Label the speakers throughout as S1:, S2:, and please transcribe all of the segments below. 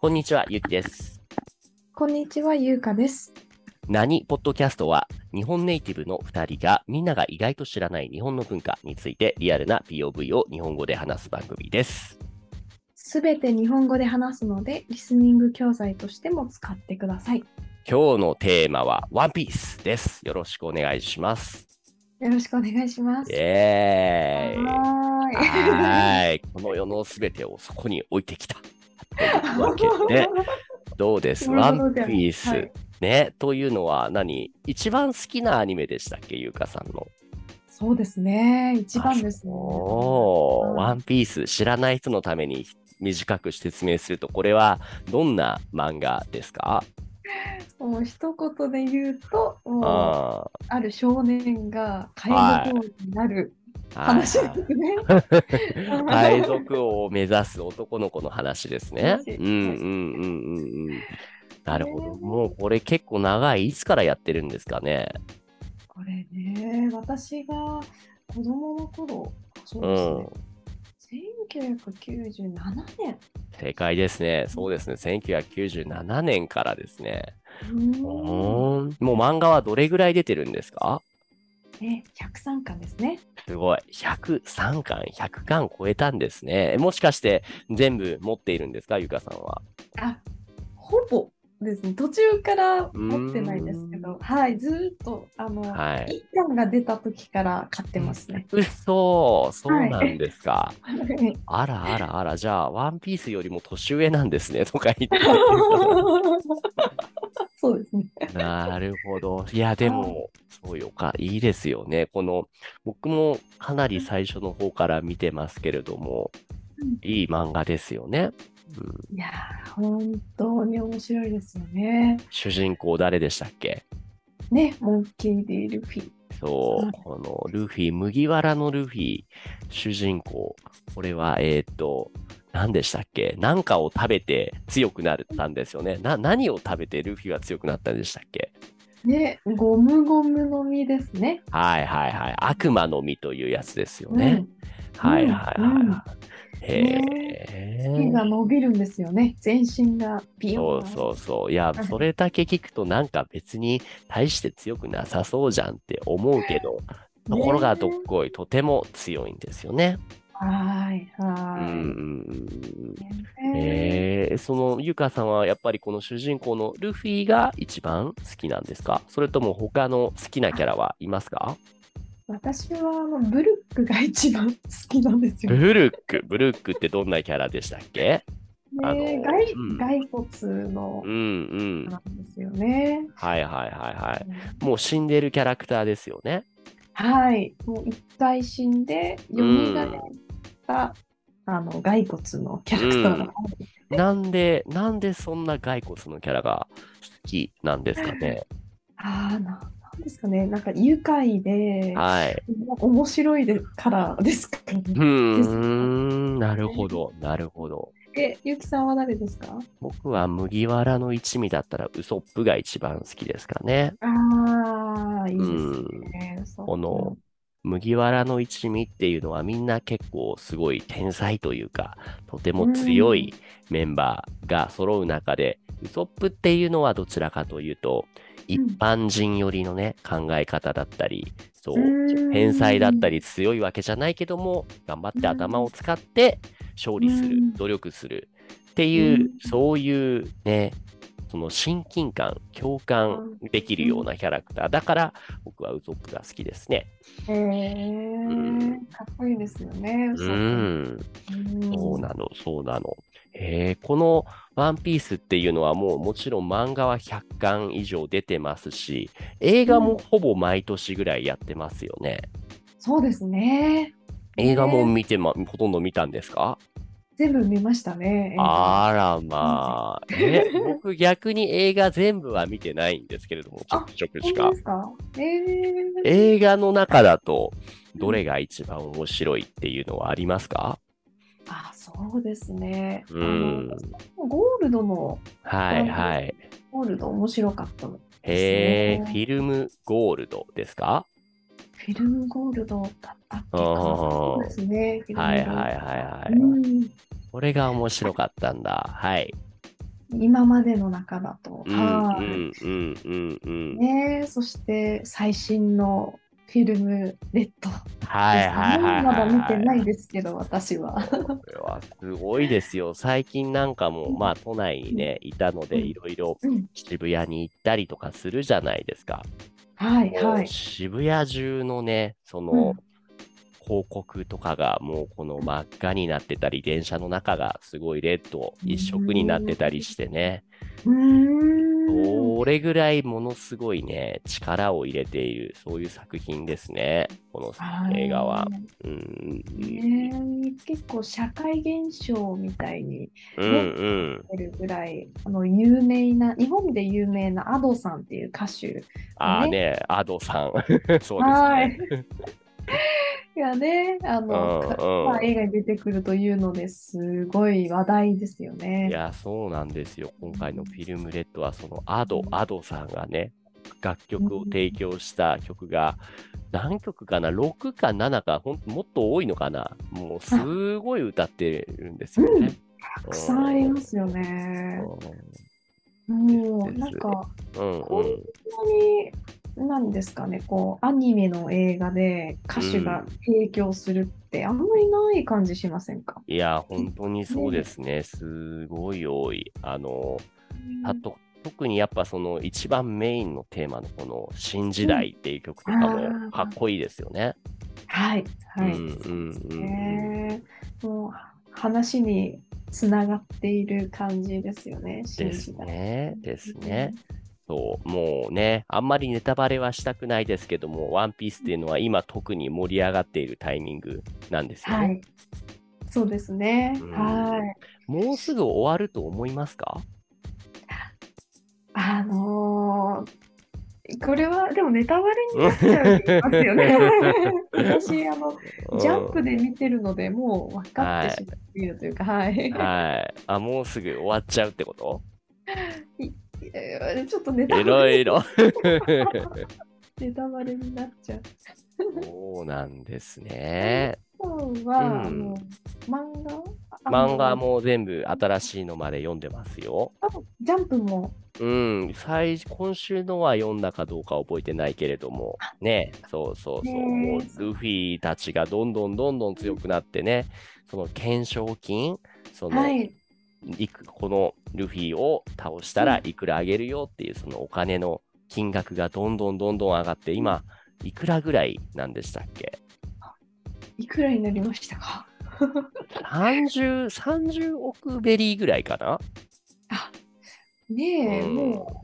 S1: こんにちは、ゆきです。
S2: こんにちは、ゆうかです。
S1: 何ポッドキャストは、日本ネイティブの2人がみんなが意外と知らない日本の文化についてリアルな POV を日本語で話す番組です。
S2: すべて日本語で話すので、リスニング教材としても使ってください。
S1: 今日のテーマは、ワンピースです。よろしくお願いします。
S2: よろしくお願いします。
S1: イエーイ。
S2: は
S1: はーい。この世のすべてをそこに置いてきた。と
S2: ー
S1: いうわけ
S2: い。
S1: で、どうです
S2: なる
S1: ワ
S2: ほど
S1: ンピース。
S2: はい
S1: ね、というのは何一番好きなアニメでしたっけゆうかさんの。
S2: そうですね。一番ですね。
S1: おー
S2: うん
S1: ワンピース知らない人のために短く説明するとこれはどんな漫画ですか
S2: もう一言で言うと、もう
S1: あ
S2: ある少年が介護兵になる
S1: あ
S2: 話ですね。
S1: 海賊王を目指す男の子の話ですね。
S2: 話
S1: うんうんうんうんうん。なるほど。もうこれ結構長い。いつからやってるんですかね。
S2: これね、私が子供の頃、そう
S1: う
S2: ですね。
S1: ん。
S2: 1997年
S1: 正解ですね。そうですね。1997年からですね。
S2: うーん
S1: おーんもう漫画はどれぐらい出てるんですか
S2: ね、103巻ですね。
S1: すごい。103巻、100巻超えたんですね。もしかして全部持っているんですか、ゆかさんは。
S2: あほぼですね、途中から持ってないですけ
S1: うーん
S2: ど、はい、ずーっとあの、
S1: はい。
S2: 一巻が出た時から買ってますね。
S1: うそそうなんですか。
S2: はい
S1: あらあらあら、じゃあ、ワンピースよりも年上なんですね、とか言っ て。
S2: そうですね。
S1: なるほど。いや、でも、そうよか、いいですよね。この、僕もかなり最初の方から見てますけれども
S2: うん、
S1: いい漫画ですよね。うん
S2: いやー、本当に面白いですよね。
S1: 主人公誰でしたっけ
S2: ね、モンキー・ディ・ルフィ。
S1: そうう、
S2: ん
S1: このルフィ、麦わらのルフィ、主人公。これは、えーっと、何でしたっけ何かを食べて強くなったんですよね。な、何を食べてルフィは強くなったんでしたっけ
S2: ね、ゴムゴムの実ですね。
S1: はいはいはい。悪魔の実というやつですよね。はいはいはいはい。へ
S2: うん、手
S1: え。
S2: が伸びるんですよね。全身がビ
S1: そ
S2: ヨー
S1: う
S2: ン。
S1: そうそう。いや
S2: う、ん
S1: それだけ聞くとなんか別に大して強くなさそうじゃんって思うけど、ところがどっ
S2: ね
S1: こい、とても強いんですよね。
S2: はい
S1: うんうん
S2: は
S1: うんう
S2: い。
S1: ん。
S2: ね
S1: えー、そのゆかさんはやっぱりこの主人公のルフィが一番好きなんですかそれとも他の好きなキャラはいますか
S2: 私はあのブルックが一番好きなんですよ。ね
S1: ブルック、ブルックってどんなキャラでしたっけあの
S2: 外
S1: うん
S2: 骸骨の
S1: うんうん。
S2: なんですよね。
S1: はいはいはいはい。もう死んでるキャラクターですよね。
S2: はい。もう一回死んで、蘇った、あの骸骨のキャラクターが、
S1: なんで、なんでそんな骸骨のキャラが好きなんですかね。
S2: ああ、ななんですかね。なんか愉快で、
S1: はい。
S2: 面白いでからですかね。
S1: うーん、なるほど、なるほど。
S2: え、ゆきさんは誰ですか
S1: 僕は麦わらの一味だったらウソップが一番好きですかね。
S2: ああ、いいです
S1: うん
S2: ね。そう
S1: この麦わらの一味っていうのはみんな結構すごい天才というか、とても強いメンバーが揃う中で、ウソップっていうのはどちらかというと、一般人寄りのね、考え方だったり、そう
S2: ー、ん
S1: 天才だったり強いわけじゃないけども、頑張って頭を使って勝利す
S2: う
S1: る
S2: ん、
S1: 努力するっていう
S2: う、ん
S1: そういうね、その親近感、共感できるようなキャラクター。だから僕はウソップが好きですね。
S2: へえ
S1: ん、
S2: かっこいいですよね。
S1: う
S2: ウソッ
S1: ん、
S2: プうん
S1: そうなの、そうなの。えーこのワンピースっていうのはもうもちろん漫画は100巻以上出てますし、映画もほぼ毎年ぐらいやってますよね。
S2: そうですね。
S1: 映画も見て、ま、ほとんど見たんですか
S2: 全部見ましたね。映画
S1: あらまあ。え、僕逆に映画全部は見てないんですけれども、ちょ
S2: あ
S1: くちょくし
S2: 本
S1: か
S2: 当で。すか。ええ
S1: 映画の中だと、どれが一番面白いっていうのはありますか
S2: あ、そうですね。あ
S1: う
S2: の
S1: ん。
S2: ゴールドの
S1: はいはい。
S2: ゴールド面白かったの。
S1: へえ、
S2: そ
S1: フ
S2: う
S1: ィルムゴールドですか
S2: フィルムゴールドだったっ
S1: あー
S2: けか。そうですね。フィルムゴールド
S1: はいはいはいはい
S2: うん
S1: これが面白かったんだ。はい。
S2: 今までの中だと。
S1: うんう
S2: はい
S1: んうんうんうん。
S2: ねえ、そして最新のフィルム「レッド」
S1: はいはいはい
S2: ま
S1: はい、
S2: だ見てな
S1: はい
S2: い。ですけど、私は。
S1: これはすごいですよ。最近なんかも、
S2: うん
S1: まあ都内にね、いたので、
S2: うん
S1: いろいろ
S2: うん
S1: 渋谷に行ったりとかするじゃないですか。
S2: はいは
S1: もう
S2: い。
S1: 渋谷中のね、その、
S2: うん
S1: 広告とかがもうこの真っ赤になってたり、電車の中がすごいレッド一色になってたりしてね、
S2: うーん
S1: それぐらいものすごいね、力を入れている、そういう作品ですね、この映画は。うん
S2: あーねえ結構社会現象みたいに
S1: うんうん。
S2: 出るぐらいあの有名な日本で有名な Ado さんっていう歌手
S1: ああ
S2: ね
S1: ね、アドさん。そうです
S2: は
S1: ね
S2: い。がねあの、か
S1: うんうん
S2: まあ、映画に出てくるというのですごい話題ですよね。
S1: いや、そうなんですよ。今回のフィルムレッドは、そのアド、アドさんがね、楽曲を提供した曲が、何曲かな ?6 か7か、ほんともっと多いのかなもうすごい歌ってるんですよね。た
S2: たくさんありますよ
S1: う
S2: ね。
S1: ん
S2: もう
S1: です
S2: なんか
S1: うん
S2: こ本当に何ですかねこうアニメの映画で歌手が提供するってあんまりない感じしませんか、
S1: いや、本当にそうですね。すごい多い。あの、あと、特にやっぱその一番メインのテーマのこの新時代っていう曲とか
S2: うんあ
S1: も
S2: ー
S1: かっこいいですよね。
S2: はいはい、
S1: うんうん
S2: そう
S1: う
S2: です
S1: ん
S2: ねもう話につながっている感じですよね
S1: ですね。ですね。そう、もうね、あんまりネタバレはしたくないですけども、ワンピースっていうのは今特に盛り上がっているタイミングなんですよね。
S2: はいそうですね、
S1: うん
S2: はい
S1: もうすぐ終わると思いますか
S2: あのーこれはでもネタバレになっちゃいます よね私あのジャンプで見てるので、もう分かってしまっているというか、はい
S1: うん。はい。あ、もうすぐ終わっちゃうってこと
S2: えーちょっとネタ
S1: い
S2: バ
S1: ろ
S2: レ
S1: いろ。
S2: ネタバレになっちゃう。
S1: そうなんですね。
S2: 本は、
S1: うん
S2: あの漫画あの
S1: 漫画も全部新しいのまで読んでますよ。
S2: あジャンプも、
S1: うん、最今週のは読んだかどうか覚えてないけれども、ね、そうそうそう、
S2: ね
S1: もうルフィたちがどんどんどんどん強くなってね、その懸賞金、その、
S2: はい、
S1: いくこのルフィを倒したらいくらあげるよっていう、そのお金の金額がどんどんどんどん上がって、今、いくらぐらいなんでしたっけ
S2: いくらになりましたか
S1: ?30、30億ベリーぐらいかな
S2: ねえ、
S1: うん
S2: も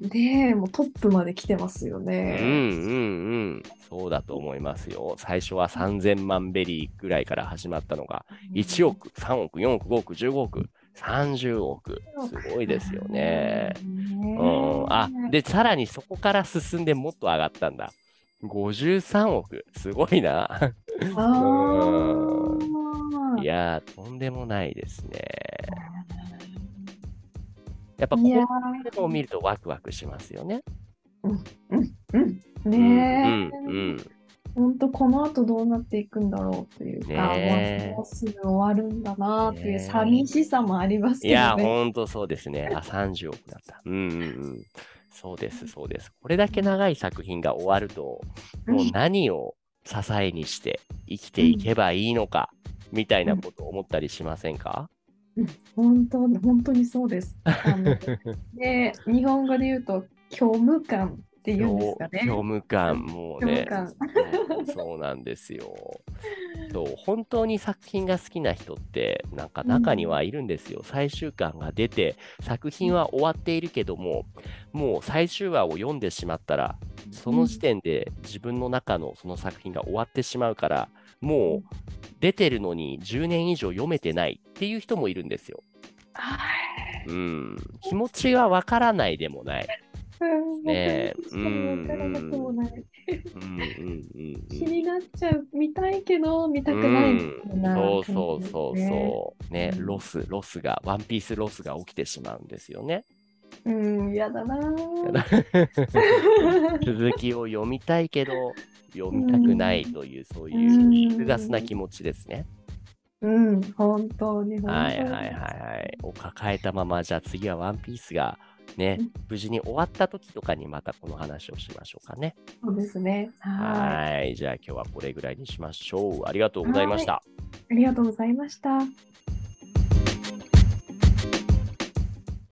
S2: う、ねえ、もうトップまで来てますよ
S1: うんう
S2: ね。
S1: んうん、そうだと思いますよ。最初は3000万ベリーぐらいから始まったのが、1億、3億、4億、5億、15億、30億、すごいですよね。
S2: ねえ
S1: うん、あで、さらにそこから進んでもっと上がったんだ。53億、すごいな。
S2: あー
S1: いやー、とんでもないですね。やっぱこうい
S2: いや
S1: うのを見るとワクワクしますよね。
S2: うん、ねえ。
S1: うんうん
S2: 本当この後どうなっていくんだろうというか、
S1: ねえ
S2: もうすぐ終わるんだなってい
S1: ねえ
S2: う寂しさもあり ます
S1: い
S2: け
S1: やー、
S2: どね。
S1: ほんとそうですね。あ、30億だった。うんうんうん。そうです、そうです。これだけ長い作品が終わると、もう何を支えにして生きていけばいいのか、みたいなこと思ったりしませんか、
S2: 本当本当にそうです。あ ので日本語で言うと虚無感って言うんですかね。
S1: 虚無感、もう
S2: 虚無
S1: ね。う
S2: 感。
S1: んそうなんですよ。そう本当に作品が好きな人ってなんか中にはいるんですよ。最終巻が出て作品は終わっているけどももう最終話を読んでしまったらその時点で自分の中のその作品が終わってしまうからもう出てるのに10年以上読めてないっていう人もいるんですよ。
S2: はい
S1: うん、気持ちはわからないでもない。
S2: うん
S1: ねえ
S2: わからなくもない。
S1: うんうんうんうん
S2: 気になっちゃう見たいけど見たくないみたいな
S1: そう
S2: 感じですね。
S1: そうそうそう。ね、
S2: うん
S1: ロス、ロスが、ワンピースロスが起きてしまうんですよ ね。
S2: うん嫌だなー。
S1: やだ続きを読みたいけど、読みたくないという、そういう複雑な気持ちですね。
S2: うん、本当に本当に。
S1: はいはいはいはい。抱えたまま、じゃあ次はワンピースがね
S2: うん、
S1: 無事に終わった時とかにまたこの話をしましょうかね。
S2: そうですね。はい。
S1: はい。じゃあ今日はこれぐらいにしましょう。ありがとうございました。
S2: ありがとうございました。